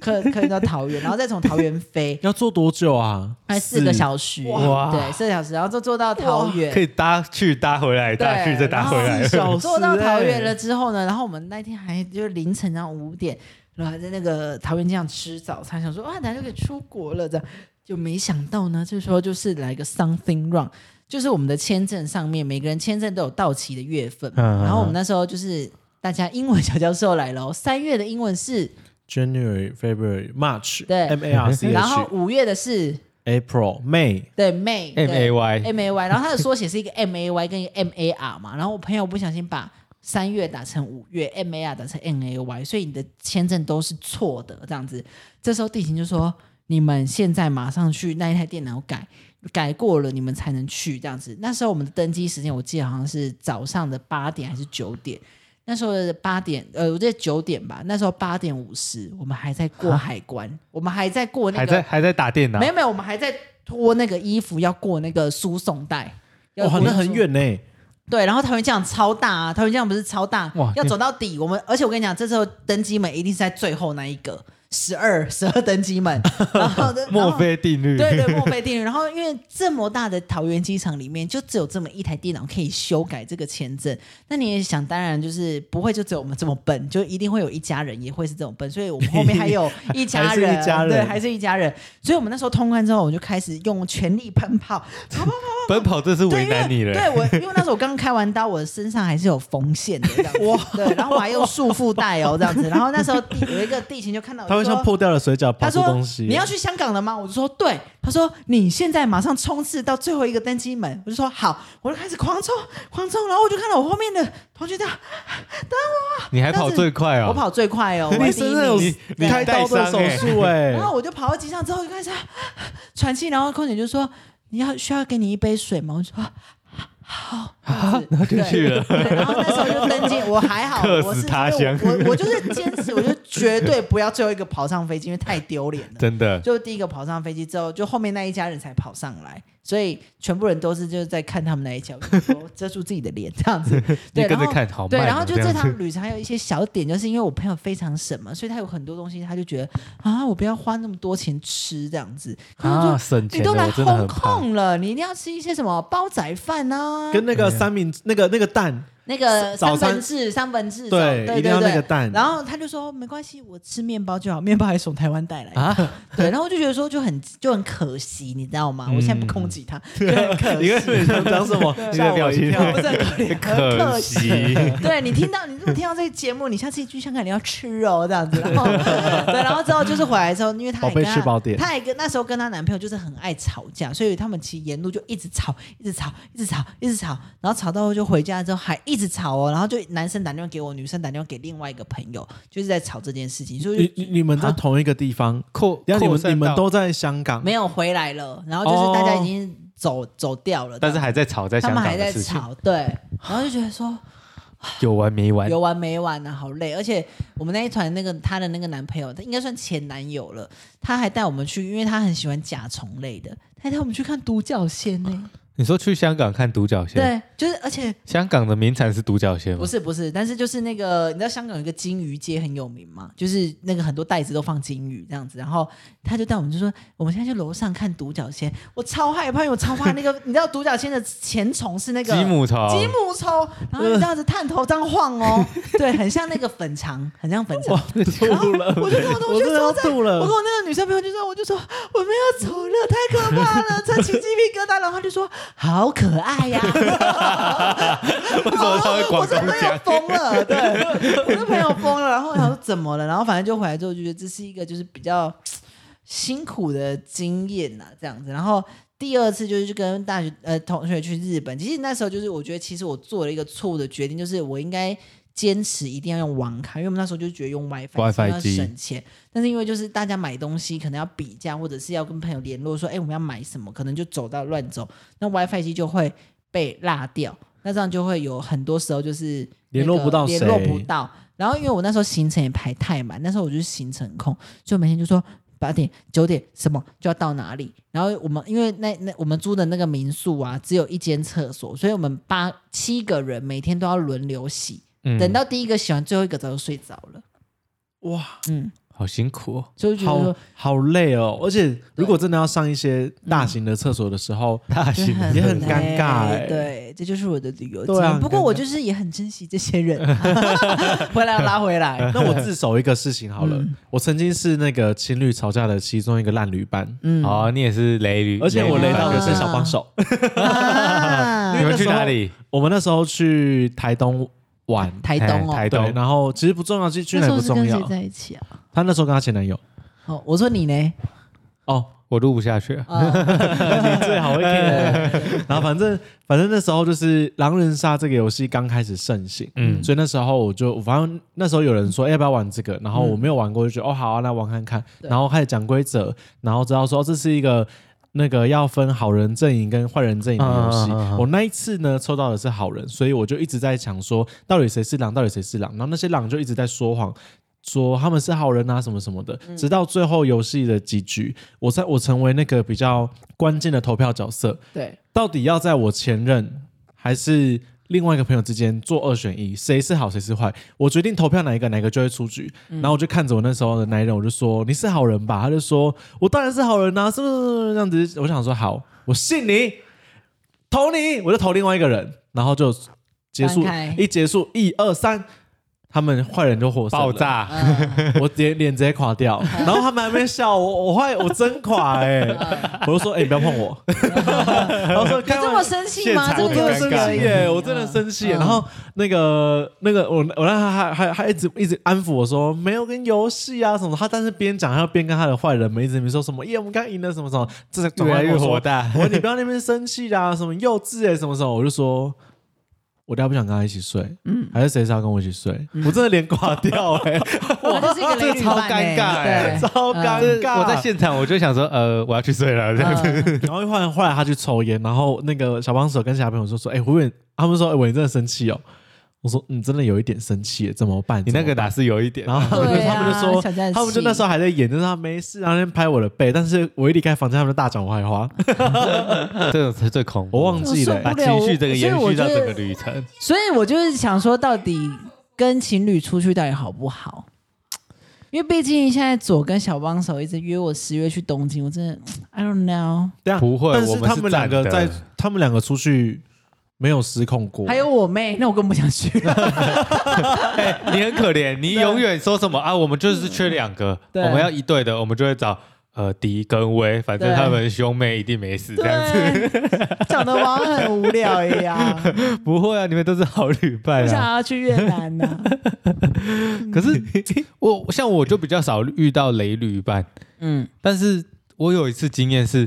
S2: 客客运到桃园，然后再从桃园飞，
S3: 要坐多久啊？
S2: 还四个小时，
S1: 哇
S2: 对，四个小时，然后就坐到桃园
S1: 可。以搭去搭回来，
S2: 对
S1: 搭去再搭回来 *laughs* 欸
S3: 然后。小时
S2: 坐到桃园了
S3: 欸
S2: 之后呢，然后我们那天还就是凌晨然后五点，然后还在那个桃园机场吃早餐，想说哇，等下就可以出国了这样，就没想到呢，这时候就是来个 something wrong，就是我们的签证上面每个人签证都有到期的月份嘛，
S1: 嗯
S2: 然后我们那时候就是大家英文小教授来了哦，三月的英文是，
S3: January、February、March，
S2: 对
S3: ，M A R C
S2: 然后
S3: H、
S2: 五月的是
S3: April、May，
S2: 对 May
S1: M A Y，
S2: M A Y，然后它的缩写是一个 M A Y 跟一个 M A R 嘛，然后我朋友不小心把三月打成五月，M A R 打成 N A Y，所以你的签证都是错的这样子。这时候地勤就说：“你们现在马上去那一台电脑改，改过了你们才能去这样子。”那时候我们的登机时间我记得好像是早上的八点还是九点。那时候的八点，呃，我记得九点吧。那时候八点五十，我们还在过海关，我们还在过
S1: 啊
S2: 那个
S1: 还在还在打电脑
S2: 没，有没有，我们还在脱那个衣服，要过那个输送带。要
S3: 哇
S2: 过，
S3: 那
S2: 输
S3: 很。远呢。
S2: 对，然后桃园机场超大啊，桃园机场不是超大
S1: 哇，
S2: 要
S1: 你
S2: 走到底。我们而且我跟你讲，这时候登机门一定是在最后那一个，十二十二登机
S3: *laughs*
S2: 门。然后呢
S1: 墨。菲定律。
S2: 然后对对，墨菲定律。然后，因为这么大的桃园机场里面，就只有这么一台电脑可以修改这个签证。那你也想，当然就是不会就只有我们这么笨，就一定会有一家人也会是这种笨。所以我们后面还有
S3: *laughs*
S2: 一家
S3: 还是一
S2: 人，
S3: 家
S2: 对，
S3: 人
S2: 还是一家人。所以我们那时候通关之后，我就开始用全力奔跑，
S1: 奔跑这是
S2: 对，
S1: 为
S2: 因为
S1: 难你了。
S2: 对啊我，因为那时候我刚开完刀，我身上还是有缝线的这样子。哇，对，然后我还用束缚带哦，这样子。然后那时候地有一个地勤就看到我
S3: 它
S2: 就
S3: 会
S2: 说
S3: 像破掉的水
S2: 他
S3: 饺跑出
S2: 说
S3: 东西。
S2: 你要去香港了吗？我就说对。他说你现在马上冲刺到最后一个登机门，我就说好，我就开始狂冲狂冲，然后我就看到我后面的同学这样，
S1: 你还跑最快哦！
S2: 我跑最快哦，我还
S3: *laughs* 你
S2: 第一
S3: 身上有
S2: 名。
S1: 你你欸
S3: 开刀的手术哎
S2: 然，后我就跑到机上之后就开始啊喘气，然后空姐就说你要需要给你一杯水吗？我就说。啊好，这样子
S1: 然后就
S2: 对
S1: 去了
S2: 对然后那时候就登机，我还好，
S1: 客
S2: 我
S1: 死
S2: 是
S1: 他
S2: 因
S1: 乡
S2: 为我我就是坚持，我就绝对不要最后一个跑上飞机，因为太丢脸了。
S1: 真的，
S2: 就第一个跑上飞机之后，就后面那一家人才跑上来，所以全部人都是就是在看他们那一家，我就说遮住自己的脸这
S1: *laughs*
S2: 样子。对，
S1: 你
S2: 然
S1: 跟着
S2: 后
S1: 看好慢哦。
S2: 对，然后就
S1: 这
S2: 这
S1: 样
S2: 趟
S1: 子
S2: 旅程还有一些小点，就是因为我朋友非常省嘛，所以他有很多东西，他就觉得啊，我不要花那么多钱吃这样子。他就说、
S1: 啊，省
S2: 你
S1: 钱
S2: 都
S1: 了，
S2: 来
S1: 我真的
S2: 风
S1: 很怕。
S2: 控了，你一定要吃一些什么煲仔饭啊，
S3: 跟那个三明那个那个
S1: *laughs*
S3: 蛋，
S2: 那个
S3: 早
S2: 三
S3: 餐
S2: 文治三文治早
S3: 对，
S2: 对
S3: 一定要
S2: 对
S3: 那个蛋。
S2: 然后他就说没关系，我吃面包就好，面包还是从台湾带来的。
S1: 啊
S3: *laughs*
S2: 对，然后我就觉得说就很就很可惜，你知道吗？我现在
S3: 嗯
S2: 不攻
S3: *laughs*
S2: 击他，就很可
S3: 你
S2: 惜，
S3: 看
S1: *laughs*
S3: 你想讲什么？
S1: 你的表情
S3: 吓我一跳
S2: 不是很可
S3: *laughs*
S2: 怜，很
S1: 可
S2: 可惜。
S1: 惜，
S2: *laughs* 对你听到，你如果听到这个节目，你下次一去香港你要吃哦，这样子。
S3: *laughs*
S2: 然后对，然后之后就是回来之后，因为她也
S3: 宝贝
S2: 跟她
S3: 吃饱点
S2: 她也跟那时候跟她男朋友就是很爱吵架，所以他们其实沿路就一直吵，一直吵，一直吵，一直吵，然后吵到就回家之后还一直吵哦，然后就男生打电话给我，女生打电话给另外一个朋友，就是在吵这件事情，所以我就
S3: 你你你们在同一个地方，
S1: 扩
S3: 然后你
S1: 啊扩
S3: 们
S1: 散
S3: 你们
S1: 到
S3: 都在香港，
S2: 没有回来了，然后就是大家已经走、走掉了，
S1: 但是还在吵在
S2: 他
S1: 香
S2: 们
S1: 港
S2: 还
S1: 的
S2: 在
S1: 事情，
S2: 吵，对，然后就觉得说。
S1: 有完没完？
S2: 有完没完啊，好累！而且我们那一团那个她的那个男朋友，他应该算前男友了，他还带我们去，因为他很喜欢甲虫类的，他还带我们去看独角仙呢、
S1: 你说去香港看独角仙，
S2: 对，就是而且
S1: 香港的名产是独角仙吗
S2: 不？是不是，但是就是那个你知道香港有一个金鱼街很有名嘛，就是那个很多袋子都放金鱼这样子，然后他就带我们就说我们现在去楼上看独角仙，我超害怕，因为我超怕那个 *laughs* 你知道独角仙的前虫是那个
S1: 吉姆哦虫，
S2: 吉姆虫，然后就这样子探头这样晃哦，对，很像那个粉肠，很像粉肠。然后
S3: *laughs* 吐了，
S2: 我就跟我同
S3: 我
S2: 学
S3: 真的
S2: 说
S3: 要
S2: 在，
S3: 吐
S2: 我
S3: 了
S2: 跟。我那个女生朋友就说，我就说我们要走了，太可怕了，这起鸡皮疙瘩。然后她就说好可爱呀、
S1: *laughs* 为什么他会
S2: 我
S1: 广
S2: 这
S1: 东
S2: 朋友
S1: 腔？
S2: 疯了， *laughs* 对，我这朋友疯了。然后我想说怎么了？然后反正就回来之后就觉得这是一个就是比较辛苦的经验呐、这样子。然后第二次就是去跟大学呃同学去日本，其实那时候就是我觉得其实我做了一个错误的决定，就是我应该坚持一定要用网卡，因为我们那时候就觉得用 WiFi
S1: WiFi
S2: 是因为要
S1: 机
S2: 省钱，但是因为就是大家买东西可能要比价，或者是要跟朋友联络说，哎、我们要买什么，可能就走到乱走，那 WiFi 机就会被落掉，那这样就会有很多时候就是
S3: 联络不到
S2: 那
S3: 谁
S2: 个联络不到。然后因为我那时候行程也排太满，那时候我就是行程控，所以我每天就说八点九点什么就要到哪里。然后我们因为那那我们租的那个民宿啊，只有一间厕所，所以我们八七个人每天都要轮流洗，
S1: 嗯
S2: 等到第一个洗完，最后一个早就睡着了。
S3: 哇，
S2: 嗯，
S1: 好辛苦哦，
S2: 所以我就觉得
S3: 好
S2: 说
S3: 好累哦。而且如果真的要上一些大型的厕所的时候， *laughs*
S1: 大
S2: 嗯就
S1: 型
S2: 很
S3: 也很
S2: 累
S3: 尴尬
S2: *laughs*
S3: 欸
S2: 对，这就是我的旅游
S3: 对
S2: 经
S3: 啊
S2: 验。
S3: 很
S2: 不过
S3: 尴
S2: 我
S3: 尬
S2: 就是也很珍惜这些人啊， *laughs* 回来要拉回
S3: *laughs*
S2: 来。
S3: *laughs* 那我自首一个事情好了。
S2: 嗯
S3: 我曾经是那个情侣吵架的其中一个烂旅伴，
S2: 嗯，
S1: 哦，你也是雷旅，
S3: 而且我
S1: 旅
S3: 雷到
S1: 伴
S3: 我是小帮手。
S2: 啊
S1: 你们去哪里？
S3: *laughs* 我们那时候去台东玩，
S2: 台东哦，
S1: 哎台
S3: 对，
S1: 东
S3: 然后其实不重要，去去
S4: 那时
S3: 哪也
S4: 候
S3: 不
S4: 是
S3: 重
S4: 跟
S3: 要
S4: 谁。在一起啊？
S3: 她那时候跟她前男友。
S2: 哦，我说你呢？
S3: *laughs* 哦，
S1: 我录不下去了，
S2: 啊，
S3: 你最好会 care。然后反正反正那时候就是狼人杀这个游戏刚开始盛行，
S1: 嗯
S3: 所以那时候我就反正那时候有人说、欸要不要玩这个，然后我没有玩过，就觉得哦好啊，那玩看看。
S2: 对
S3: 然后开始讲规则，然后知道说、哦这是一个。那个要分好人阵营跟坏人阵营的游戏
S1: 嗯嗯嗯嗯，嗯
S3: 我那一次呢抽到的是好人，所以我就一直在想说，到底谁是狼，到底谁是狼。然后那些狼就一直在说谎，说他们是好人啊什么什么的，直到最后游戏的几局，我在我成为那个比较关键的投票角色，
S2: 对，
S3: 到底要在我前任还是另外一个朋友之间做二选一，谁是好谁是坏？我决定投票哪一个，哪一个就会出局。
S2: 嗯
S3: 然后我就看着我那时候的男人，我就说你是好人吧？他就说我当然是好人呐、啊，是不是这样子？我想说好，我信你，投你，我就投另外一个人，然后就结束
S2: 翻开，
S3: 一结束一二三。他们坏人就获胜
S1: 爆
S3: 了
S2: 啊
S1: 炸，
S3: *laughs* 我脸脸直接垮掉，
S2: *laughs*
S3: 然后他们还没笑我，我坏我真垮哎、
S2: 啊
S3: 我就说哎、你不要碰我， *laughs* 然后说
S2: 可
S3: 干
S2: 这么生气吗？
S1: 现场
S2: 这
S3: 我
S2: 个
S3: 真的
S2: 游
S3: 生
S2: 戏
S1: 尴尬
S3: 气耶！我真的生气耶。
S2: 嗯
S3: 然后那个那个我我让他还还还一直一直安抚我说没有跟游戏啊什么。他但是边讲还要边跟他的坏人们一直没说什么耶，我们刚赢了什么什么，这才转
S1: 越
S3: 过
S1: 来
S3: 来跟
S1: 越
S3: 我说
S1: 火大
S3: 我，说你不要那边生气啦，什么幼稚哎什么什么。我就说我等下不想跟他一起睡，嗯，还是谁是要跟我一起睡？我真的脸垮掉哎。
S2: 哇，这是一
S1: 这
S2: 个雷
S1: 个
S2: 旅
S1: 超
S2: 伴欸
S1: 尴尬欸
S2: 对
S3: 超尴尬。
S1: 我在现场我就想说，呃，我要去睡了，这样
S2: *laughs*
S1: 子，
S2: 嗯
S3: 然后后来后来他去抽烟，然后那个小帮手跟其他朋友说说，哎、胡伟，他们说，哎、伟你真的生气哦。我说，嗯，真的有一点生气耶，怎么办？
S1: 你那个
S3: 怎么办
S1: 哪是有一点？
S3: 然后他们就、
S2: 对啊
S3: 他们就说
S2: 小家子，气
S3: 他们就那时候还在演，就是他没事，然后在那边拍我的背，但是我一离开房间，他们就大讲我坏话，
S1: 这种才最恐怖，
S3: 我忘记了、
S2: 我受不
S1: 把
S2: 了
S1: 情绪这个
S2: 所以
S1: 延
S2: 我
S1: 续到
S2: 觉得
S1: 整个旅程。
S2: 所以我就是想说，到底跟情侣出去到底好不好？因为毕竟现在左跟小帮手一直约我十月去东京，我真的 I don't know。
S3: 对啊，
S1: 不会
S3: 但
S1: 我
S3: 是
S1: 们
S3: 他
S1: 是
S3: 们两个
S1: 站
S3: 在
S1: 的，
S3: 他们两个出去没有失控过，
S2: 还有我妹，那我更不想去了。
S1: 哎，你很可怜，你永远说什么啊？我们就是缺两个，
S2: 对
S1: 我们要一对的，我们就会找呃迪跟威，反正
S2: 对
S1: 他们兄妹一定没事这样子。
S2: *laughs* 对，讲的好像很无聊一
S3: *laughs*
S2: 样。
S1: 不会啊，你们都是好旅伴
S2: 我想
S1: 啊。
S2: 要去越南呢、
S3: 啊
S1: 可是我像我就比较少遇到雷旅伴，
S2: *laughs* 嗯，
S1: 但是我有一次经验是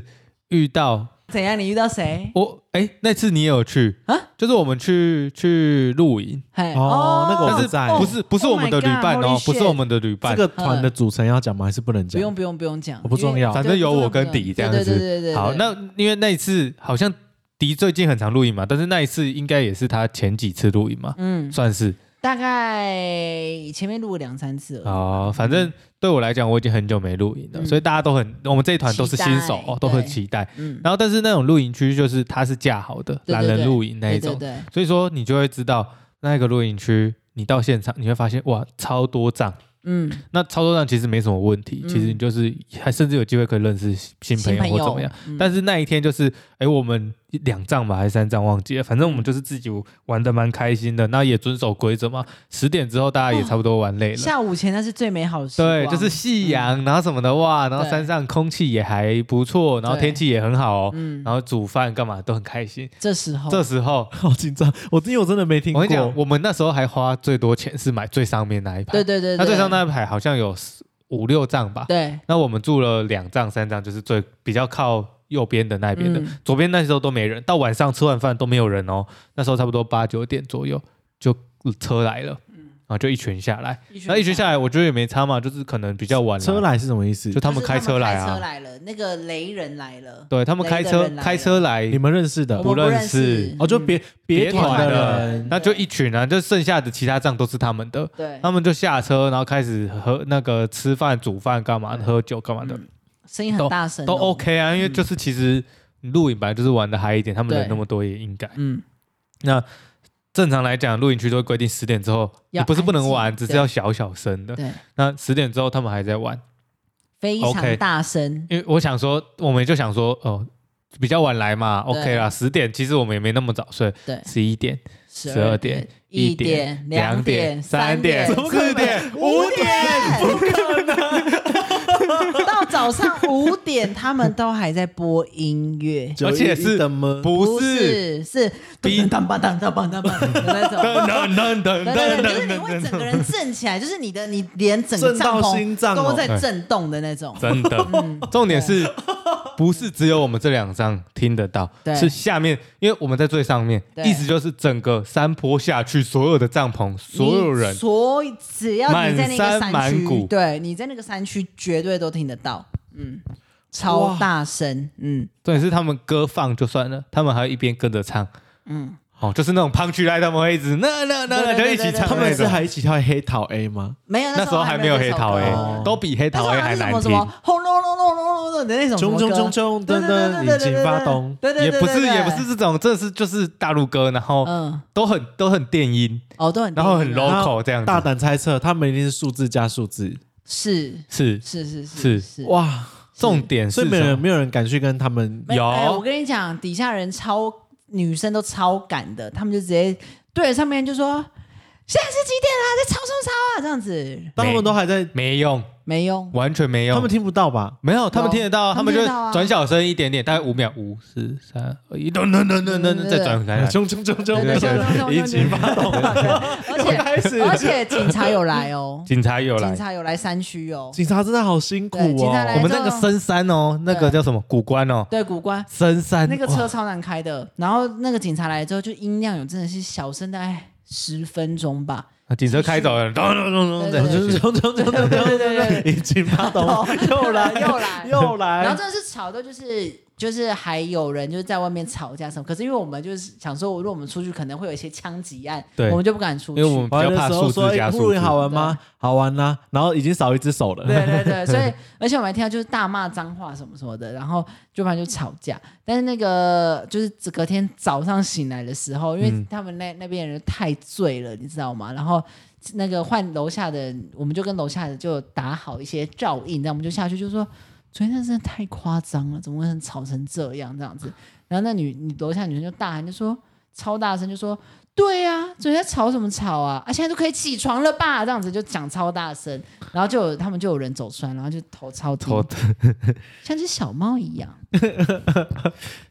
S1: 遇到
S2: 怎样？你遇到谁？
S1: 我哎、那次你也有去
S2: 啊？
S1: 就是我们去去露营，
S2: 嘿
S3: 哦那个我
S1: 但
S3: 不
S1: 是
S3: 在
S1: 不是不是
S4: Oh
S1: 我们的
S4: my
S1: 旅伴
S4: God，holy
S1: 哦，不是我
S4: shit
S1: 们的旅
S3: 这
S1: 伴，
S3: 个团的组成要讲吗？还是不能
S2: 不
S3: 讲？
S2: 用不用不用讲，
S3: 我不重要
S2: 因为
S1: 反正有我跟迪这样子。
S2: 对对对对对对
S1: 好，
S2: 对
S1: 那因为那一次好像迪最近很常露营嘛，但是那一次应该也是他前几次露营嘛，
S2: 嗯，
S1: 算是
S2: 大概前面录了两三次了。
S1: 哦。反正对我来讲，我已经很久没露营了，
S2: 嗯
S1: 所以大家都很，我们这一团都是
S2: 期待
S1: 新手哦，都很
S2: 对
S1: 期待。
S2: 嗯，
S1: 然后，但是那种露营区就是它是架好的
S2: 对对
S1: 懒
S2: 对
S1: 人露营那一种
S2: 对，对
S1: 所以说你就会知道那个露营区，你到现场你会发现哇，超多帐。
S2: 对，嗯，
S1: 那操作上其实没什么问题，
S2: 嗯
S1: 其实你就是还甚至有机会可以认识新朋
S2: 新
S1: 友
S2: 朋
S1: 或
S2: 友
S1: 怎么样。
S2: 嗯
S1: 但是那一天就是，哎，我们两仗吧还是三仗忘记了，反正我
S2: 嗯
S1: 们就是自己玩的蛮开心的，那也遵守规则嘛。十点之后大家也差不多玩累了，
S2: 下午前那是最美好的时
S1: 对，
S2: 光，
S1: 就是夕阳，然后什么的哇，然后
S2: 嗯对
S1: 山上空气也还不错，然后
S2: 对
S1: 天气也很好哦，
S2: 嗯，
S1: 然后煮饭干嘛都很开心。
S2: 这时候
S1: 这时候
S3: *laughs* 好紧张，我因为我真的没听
S1: 我
S3: 过。
S1: 跟你讲，我们那时候还花最多钱是买最上面那一排，
S2: 对对对，
S1: 那
S2: 对
S1: 最上那一排好像有四五六仗吧，
S2: 对
S1: 那我们住了两帐三帐，就是最比较靠右边的那边的，
S2: 嗯
S1: 左边那时候都没人，
S2: 嗯
S1: 到晚上吃完饭都没有人哦。那时候差不多八九点左右就车来了，后就一群下来，
S2: 然
S1: 那一群下来，我觉得也没差嘛，就是可能比较晚了，
S3: 车来是什么意思
S1: 就？他们开车来
S2: 开车
S1: 啊，
S2: 来了，那个雷人来了，
S1: 对他们开
S2: 雷的
S1: 车
S2: 人来了
S1: 开车来
S3: 你，们认识的
S2: 我们不
S1: 认
S2: 认
S1: 识
S2: 识
S3: 哦，就别别团
S1: 团
S3: 的
S1: 的
S3: 人，
S1: 那就一群啊，就剩下的其他账都是他们的，
S2: 对
S1: 他们就下车，然后开始喝那个吃饭、煮饭、干嘛、喝酒干嘛的，
S2: 嗯声音很大声哦，
S1: 都 OK 啊，因为就是其实露营本来就是玩的嗨一点，他们人
S2: 嗯对
S1: 那么多也应该。
S2: 嗯，
S1: 那正常来讲，露营区都会规定十点之后，
S2: 要
S1: 你不是不能玩，
S2: 安
S1: 只
S2: 静
S1: 是要小小声的。
S2: 对，
S1: 那十点之后他们还在玩，
S2: 非
S1: OK
S2: 常大声，
S1: 因为我想说，我们就想说，哦，比较晚来嘛
S2: 对
S1: ，OK 啦，十点其实我们也没那么早睡，
S2: 对，
S1: 十一点、
S2: 十
S1: 12点
S2: 点、
S1: 一
S2: 点、
S1: 两
S2: 点、
S1: 三
S2: 点、
S1: 四点、
S2: 五点，不可能。到早上五点，他们都还在播音乐，
S1: 而且是
S3: 的吗？
S1: 不是。
S2: 是是
S1: 比
S2: 叮当吧当当吧当吧的那种。
S1: 噔噔噔噔噔
S2: 对对对，就是你
S1: 噔
S2: 会
S1: 噔
S2: 整
S1: 噔，
S2: 个人震起来，就是你的你连整个
S3: 震到
S2: 帐
S3: 心脏
S2: 篷
S3: 哦
S2: 都在震动的那种。
S1: 真的。
S2: 嗯，
S1: 重点是不是只有我们这两张听得到？
S2: 对
S1: 是下面，因为我们在最上面，
S2: 对
S1: 意思就是整个山坡下去，所有的帐篷，所有人
S2: 你所以只要你
S1: 满
S2: 在那个
S1: 山
S2: 山
S1: 满谷
S2: 区，对，你在那个山区绝对都听得到，嗯，超大声，嗯，
S1: 重点是他们歌放就算了，他们还要一边跟着唱，嗯
S2: 嗯，
S1: 哦，就是那种 punch line，他们会一直那那那那
S2: 对
S1: 就一
S2: 对对
S1: 起唱那种，
S3: 他们是还一起跳黑桃 A 吗？
S2: 没有，
S1: 那时候还没有黑桃 A，、
S2: 哎，
S3: 哦
S1: 都比黑
S2: 那
S1: 桃
S2: 时候
S1: A
S2: 还
S1: 还
S2: 是什
S1: 难
S2: 么什
S1: 听，
S2: 么轰隆隆隆隆隆隆的那种什
S3: 冲
S2: 么
S3: 冲
S2: 歌
S3: 冲冲，
S2: 对
S3: 噔
S2: 对对
S3: 噔，
S2: 对对
S3: 引擎发动。
S2: 对对
S1: 也
S2: 对，
S1: 不是
S2: 对
S1: 也不是，这种，真的是就是大陆歌，然后
S2: 嗯，
S1: 都很都很电音，
S2: 哦，都很
S1: 然后很
S2: 低音啊
S1: local 这样
S3: 大
S1: 子，
S3: 胆猜测，他们一定是数字加数字。
S2: 是
S1: 是
S2: 是是
S1: 是
S2: 是是。
S3: 哇！
S1: 重点是
S3: 所以
S1: 什
S3: 没有人
S1: 么？
S3: 没有人敢去跟他们
S2: 啊没
S1: 有
S2: 哎我跟你讲，底下人超女生都超敢的，他们就直接对着上面就说：“现在是几点啦、在吵什么吵啊？”这样子
S3: 但他们都还在，
S1: 没用，
S2: 没用，
S1: 完全没用。
S3: 他们听不到吧？
S1: 没有，他们听得到，
S2: 有
S1: 他们就
S2: 他们听得到啊
S1: 转小声一点点，大概五秒，五四三二一，噔噔噔噔噔噔，再转回来。
S3: 冲冲冲冲
S1: 对
S2: 对对对
S3: 冲！
S2: 对
S3: 引擎发动，
S2: 而且
S3: 开始。
S2: 而且警察有来哦，
S1: 警察 *laughs* 有来
S2: 警，察有来山区哦，
S3: 警察真的好辛苦
S2: 对警察
S1: 我
S2: 来
S3: 哦。
S1: 们那个深山哦，那个叫什么古关哦，
S2: 对，古关
S1: 深山
S2: 那个
S1: 哇
S2: 车超难开的，然后那个警察来之后，就音量有真的是小声大概十分钟吧，
S1: 啊警车开走了，咚咚咚咚，
S2: 对对
S1: 对
S3: 冲冲冲冲冲
S2: 对对对
S3: 冲！引擎
S1: 啊
S2: *laughs*
S3: 发动，又来
S2: 又来
S3: 又
S2: 然
S3: 来
S2: 后。真的是吵到就是就是还有人就是在外面吵架什么，可是因为我们就是想说，如果我们出去可能会有一些枪击案，
S1: 对
S2: 我们就不敢出去。
S1: 因为我们比
S3: 玩
S1: 较
S3: 的
S1: 怕
S3: 时
S1: 数
S3: 候说
S1: 字加
S3: 哎
S1: 数
S3: 露
S1: 字
S3: 营，好玩吗？好玩呐。然后已经少一只手了。
S2: 对对对，所以而且我们还听到就是大骂脏话什么什么的，然后就反正就吵架。但是那个就是隔天早上醒来的时候，因为
S1: 嗯
S2: 他们那那边人太醉了，你知道吗？然后那个换楼下的人，我们就跟楼下的就打好一些照应，这样我们就下去就说。昨天那真的太夸张了，怎么会吵成这样这样子？然后那女女楼下女生就大喊，就说超大声，就说对呀、昨天在吵什么吵啊？啊，现在都可以起床了吧？这样子就讲超大声，然后就有他们就有人走出来，然后就头超低，
S1: 头
S2: *laughs* 像只小猫一样。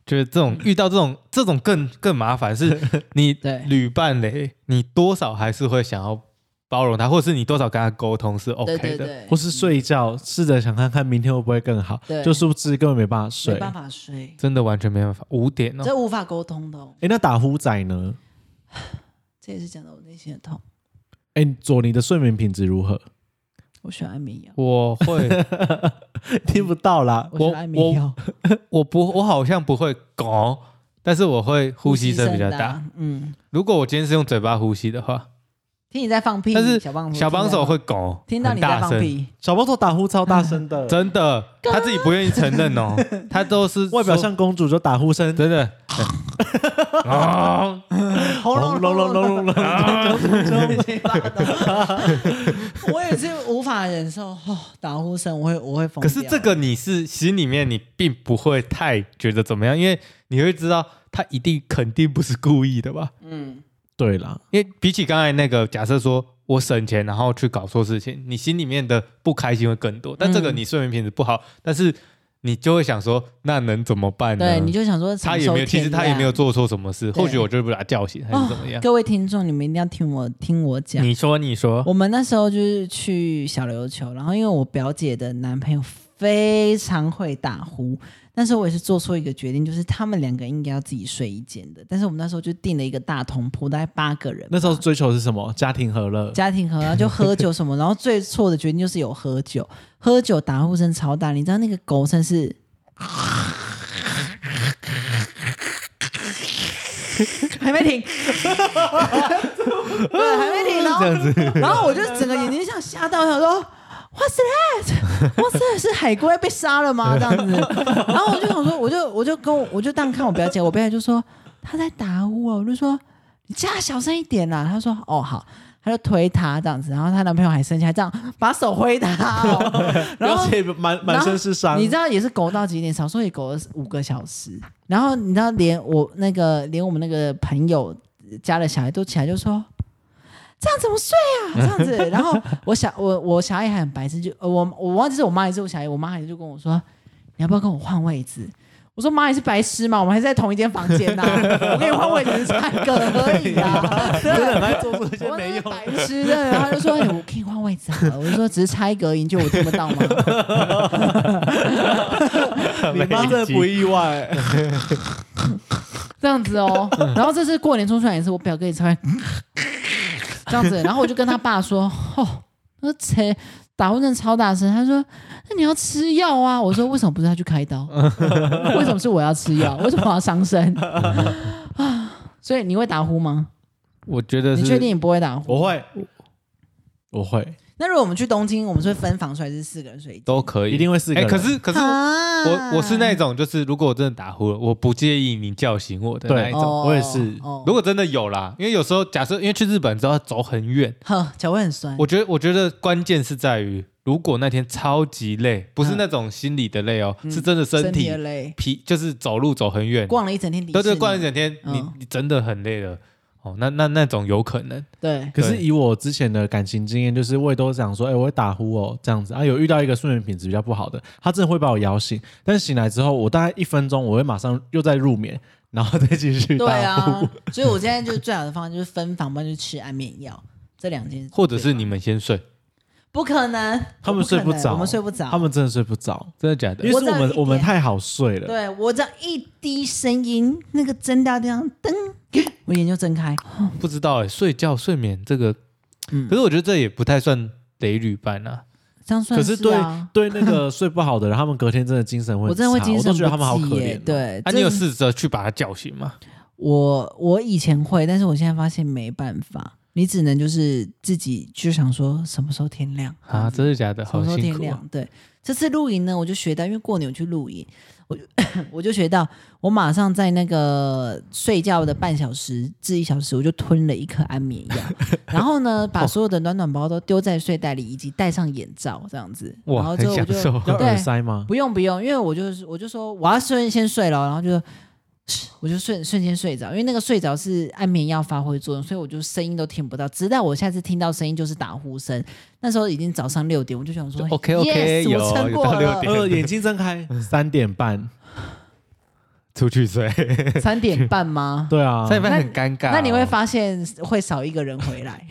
S1: 就是这种遇到这种这种更更麻烦，是
S2: *laughs*
S1: 你
S2: 对
S1: 旅伴嘞，你多少还是会想要包容他，或者是你多少跟他沟通是
S2: 对
S1: OK
S2: 对
S1: 的。
S2: 对
S3: *laughs* 或，是睡一觉，试着想看看明天会不会更好，
S2: 对
S3: 就殊不知根本没办法睡。
S2: 没办法睡，
S1: 真的完全没办法，五点哦，
S2: 这无法沟通的、哦，
S3: 哎，那打呼仔呢？
S2: 这也是讲到我内心的痛。
S3: 哎，佐你的睡眠品质如何？
S2: 我喜欢安眠药，
S1: 我会
S3: *laughs* 听不到啦，
S2: 我喜欢安眠药，
S1: 我不，我好像不会拱，但是我会呼吸声比较
S2: 的啊
S1: 大。。
S2: 嗯，
S1: 如果我今天是用嘴巴呼吸的话，
S2: 听你在放屁，
S1: 但是
S2: 小帮手
S1: 小帮手会拱，
S2: 听到
S1: 很
S2: 你在
S1: 大
S2: 放
S1: 声，
S2: 屁，
S3: 小包头打呼超大声 *laughs* 的，
S1: 真的，他自己不愿意承认
S2: *laughs*
S1: 哦，他都是
S3: 外
S1: 说
S3: 表像公主就打呼声，
S1: *laughs*
S3: *laughs*
S1: 真的。啊！
S2: 轰
S3: 隆隆隆隆 *laughs* 隆隆。
S2: 我也是无法忍受哦，打呼声，我会我会疯
S1: *laughs* 可
S2: 掉。
S1: 是这个你是心里面你并不会太觉得怎么样，因为你会知道他一定肯定不是故意的吧？
S2: 嗯，
S3: 对啦，
S1: 因为比起刚才那个假设说我省钱然后去搞错事情，你心里面的不开心会更多。但这个你睡眠品质不好，但是你就会想说，那能怎么办呢？
S2: 对，你就想说
S1: 他也没有，其实他也没有。做错什么事，
S2: 对
S1: 或许我就会把他叫醒还是怎么样。
S2: 各位听众，你们一定要听我听我讲。 *laughs*
S1: 你说，你说，
S2: 我们那时候就是去小琉球，然后因为我表姐的男朋友非常会打呼。那时候我也是做错一个决定，就是他们两个应该要自己睡一间的，但是我们那时候就订了一个大同铺，大概八个人吧。
S3: 那时候追求的是什 *laughs* 么？家庭和乐。
S2: 家庭和乐就喝酒什么，然后最错的决定就是有喝酒，喝酒打呼声超大，你知道那个狗声是。还没停， *laughs* 对，还没停，然后
S1: 这样子，
S2: *laughs* 然后我就整个眼睛像吓到，想说哦 What's that？哇塞，是海龟被杀了吗？这样子，然后我就想说，我就我就跟我我就当看我表姐，我表姐就说她在打呼哦，我就说你叫她小声一点啦。她说哦好，她就推她这样子，然后她男朋友还生气，还这样把手挥她、哦，然后
S3: 而且满满身是伤
S2: 你。知道也是狗到几点？少说也狗了五个小时。然后你知道，连我那个，连我们那个朋友家的小孩都起来就说：“这样怎么睡啊？”这样 *laughs* 子。然后我小我我小孩还很白痴，就呃我我忘记是我妈还是我小孩，我妈还就跟我说：“你要不要跟我换位置？”我说妈，你是白痴吗？我们还是在同一间房间呐、 *laughs* 我跟你换位置是差一个而已啊，真的很爱做这些没用白痴的。然后他就说：“哎我可以换位置好了。”我就说：“只是差一个而已，你觉得我听不到吗？”
S3: 你妈真的不意外，
S2: 这样子
S1: *laughs*
S2: 哦。
S1: 嗯
S2: 然后这次过年冲出来也是，我表哥也才会这样子。然后我就跟他爸说：“哦，那谁打呼声超大声。”他说：“那你要吃药啊？”我说：“为什么不是他去
S1: *laughs*
S2: 开刀？为什么是我要吃药？为什么我要伤身？”啊，所以你会打呼吗？
S1: 我觉得
S2: 你
S1: 是
S2: 确定你不会打呼？
S3: 我会， *laughs* 我会，
S2: 那如果我们去东京，我们是会分房睡还是四个人睡一间？
S1: 都可以，
S3: 一定会四个
S1: 哎，
S3: 人。
S1: 可是可是我
S2: 啊
S1: 我我是那种，就是如果我真的打呼了，我不介意你叫醒我的那一
S3: 对
S1: 种。
S3: 我也是
S2: 哦
S1: 如果真的有啦，因为有时候假设因为去日本之后要走很远，
S2: 呵，脚会很酸。
S1: 我觉得我觉得关键是在于，如果那天超级累，不是那种心理的累哦，是真的身
S2: 嗯身体
S1: 体
S2: 也累，
S1: 疲，就是走路走很远，
S2: 逛了一整天迪士
S1: 对
S2: 尼，
S1: 对，逛一整天，
S2: 嗯
S1: 你你真的很累了。哦，那那那种有可能，
S2: 对，
S3: 可是
S1: 对
S3: 以我之前的感情经验，就是我也都讲说，哎、我会打呼哦，这样子啊。有遇到一个睡眠品质比较不好的，他真的会把我摇醒，但是醒来之后，我大概一分钟，我会马上又再入眠，然后再继续打
S2: 对
S3: 呼。
S2: 啊，所以我现在就是最好的方法就是分房，不然就吃安眠药，这两件事
S1: 或者是你们先睡，
S2: 不可能，
S3: 他们睡
S2: 不
S3: 不
S2: 可能
S3: 着，
S2: 我们睡不着，
S3: 他们真的睡不着，
S1: 真的假的
S3: 因为？
S2: 我
S3: 是
S2: 知
S3: 我
S2: 道一
S3: 们
S2: 点
S3: 我们太好睡了。
S2: 对我只要一滴声音，那个针到地上噔，我眼就睁开，
S1: 不知道哎、睡觉睡眠这个，
S2: 嗯
S1: 可是我觉得这也不太算雷旅伴啊。
S2: 这样算
S3: 可是
S2: 是
S3: 对
S2: 啊。
S3: 对，那
S2: *laughs*
S3: 个睡不好的人，他们隔天真的精神会很差，
S2: 我真的会精
S3: 我
S2: 神
S3: 都
S2: 不
S3: 觉得他们好可
S2: 济耶
S3: 怜哦。
S2: 对，
S1: 啊，
S2: 这
S1: 你有试着去把他叫醒吗？
S2: 啊我我以前会，但是我现在发现没办法，你只能就是自己就想说什么时候天亮
S1: 啊，真的假的？
S2: 什么
S1: 好
S2: 时候
S1: 辛
S2: 天
S1: 苦、啊
S2: 亮。对，这次露营呢，我就学到，因为过年我去露营，我就 *coughs* 我就学到，我马上在那个睡觉的半小时至一小时，我就吞了一颗安眠药，然
S1: *laughs*
S2: 后呢，
S1: 哦
S2: 把所有的暖暖包都丢在睡袋里，以及戴上眼罩这样子，然
S1: 哇，
S2: 后
S1: 很
S2: 之后我
S1: 享
S2: 就
S1: 受。
S3: 要
S2: 对
S3: 耳塞吗？
S2: 不用不用，因为我就是我就说我要瞬先睡了，然后就 *sighs* 说。嘶我就瞬瞬间睡着，因为那个睡着是安眠药发挥作用，所以我就声音都听不到。直到我下次听到声音就是打呼声，那时候已经早上六点，我就想说哎
S1: OK OK，
S2: yes, 我
S1: 有
S2: 撑
S1: 有
S2: 过
S1: 到六
S2: 了，
S3: 呃，
S1: 点
S3: 眼睛
S2: *laughs*
S3: 睁开，三点半。
S1: 出去
S2: *laughs*
S1: 睡，
S2: 三点半吗？
S3: 对啊，
S1: 三点半很尴尬哦、
S2: 那你会发现会少一个人回 *laughs* 来，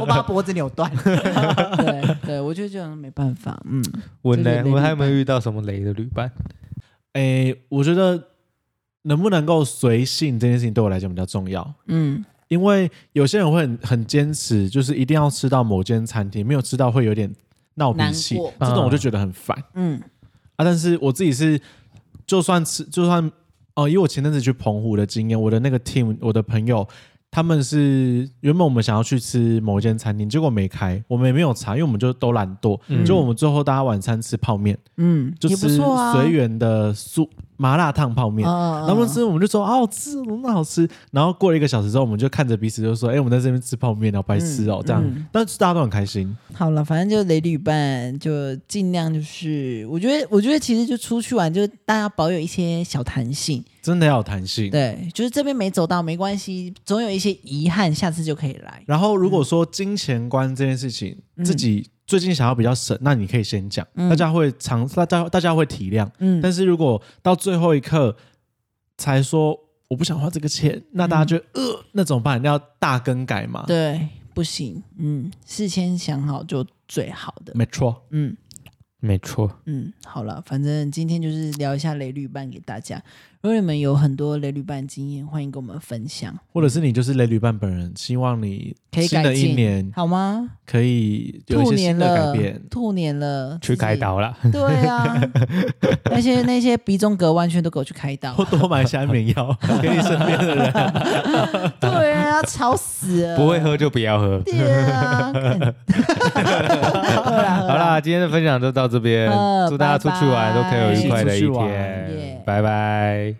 S2: 我把脖子扭断。对对，我就觉得没办法，嗯，
S1: 我
S2: 这
S1: 呢
S2: 是？雷
S1: 我还
S2: 旅
S1: 有没有
S2: 伴
S1: 遇到什么雷的旅伴？
S3: 诶，我觉得能不能够随性这件事情对我来讲比较重要，
S2: 嗯，
S3: 因为有些人会很很坚持，就是一定要吃到某间餐厅，没有吃到会有点闹脾
S2: 难
S3: 气，
S2: 过，
S3: 这种我就觉得很烦、
S2: 嗯
S3: 啊。但是我自己是，就算吃，就算哦，以我前阵子去澎湖的经验，我的那个 team，我的朋友。他们是原本我们想要去吃某间餐厅，结果没开，我们也没有查，因为我们就都懒惰。
S1: 嗯
S3: 就我们最后大家晚餐吃泡面，
S2: 嗯，
S3: 就
S2: 也
S3: 吃
S2: 不错啊，
S3: 随缘的素麻辣烫泡面。
S2: 嗯，
S3: 然后吃，我们就说啊，好吃，嗯，好吃。然后过了一个小时之后，我们就看着彼此就说，哎、我们在这边吃泡面，然后白吃哦，
S2: 嗯
S3: 这样。
S2: 嗯
S3: 但是大家都很开心，
S2: 好了，反正就雷旅伴，就尽量就是，我觉得，我觉得其实就出去玩，就是大家保有一些小弹性，
S3: 真的要有弹性。
S2: 对，就是这边没走到没关系，总有一些遗憾，下次就可以来。
S3: 然后如果说金钱观这件事情，
S2: 嗯
S3: 自己最近想要比较省，那你可以先讲，
S2: 嗯
S3: 大家会尝，大家大家会体谅。
S2: 嗯，
S3: 但是如果到最后一刻才说我不想花这个钱，那
S2: 嗯
S3: 大家就、呃那怎么办？要大更改嘛？，
S2: 对，不行，嗯，事先想好就最好的，
S3: 没错。
S2: 嗯，
S1: 没错，
S2: 嗯，好了，反正今天就是聊一下雷旅伴给大家。如果你们有很多雷旅伴经验，欢迎跟我们分享，
S3: 或者是你就是雷旅伴本人，希望你
S2: 可以
S3: 新
S2: 改
S3: 的一
S2: 进
S3: 年
S2: 好吗？
S3: 可以有一
S2: 兔
S3: 些
S2: 年
S3: 新的
S2: 了
S3: 改变，。
S2: 兔年了，
S1: 去
S2: 自己
S1: 开。刀啦。 *laughs*
S2: 对啊，那些那些鼻中隔完全都给我去开刀
S3: 或。多买些安眠药给你身边的人。
S2: *laughs* 对啊，吵死了。
S1: *laughs* 不会喝就不要喝。
S2: *laughs* 对啊，看 *laughs* 好啦
S1: 好啦，，今天的分享就到这边
S2: 呃，
S1: 祝大家出去玩
S2: 拜
S1: 都
S2: 拜
S1: 可以有愉快的一
S3: 一起出去
S1: 天
S2: 玩，
S1: 拜拜。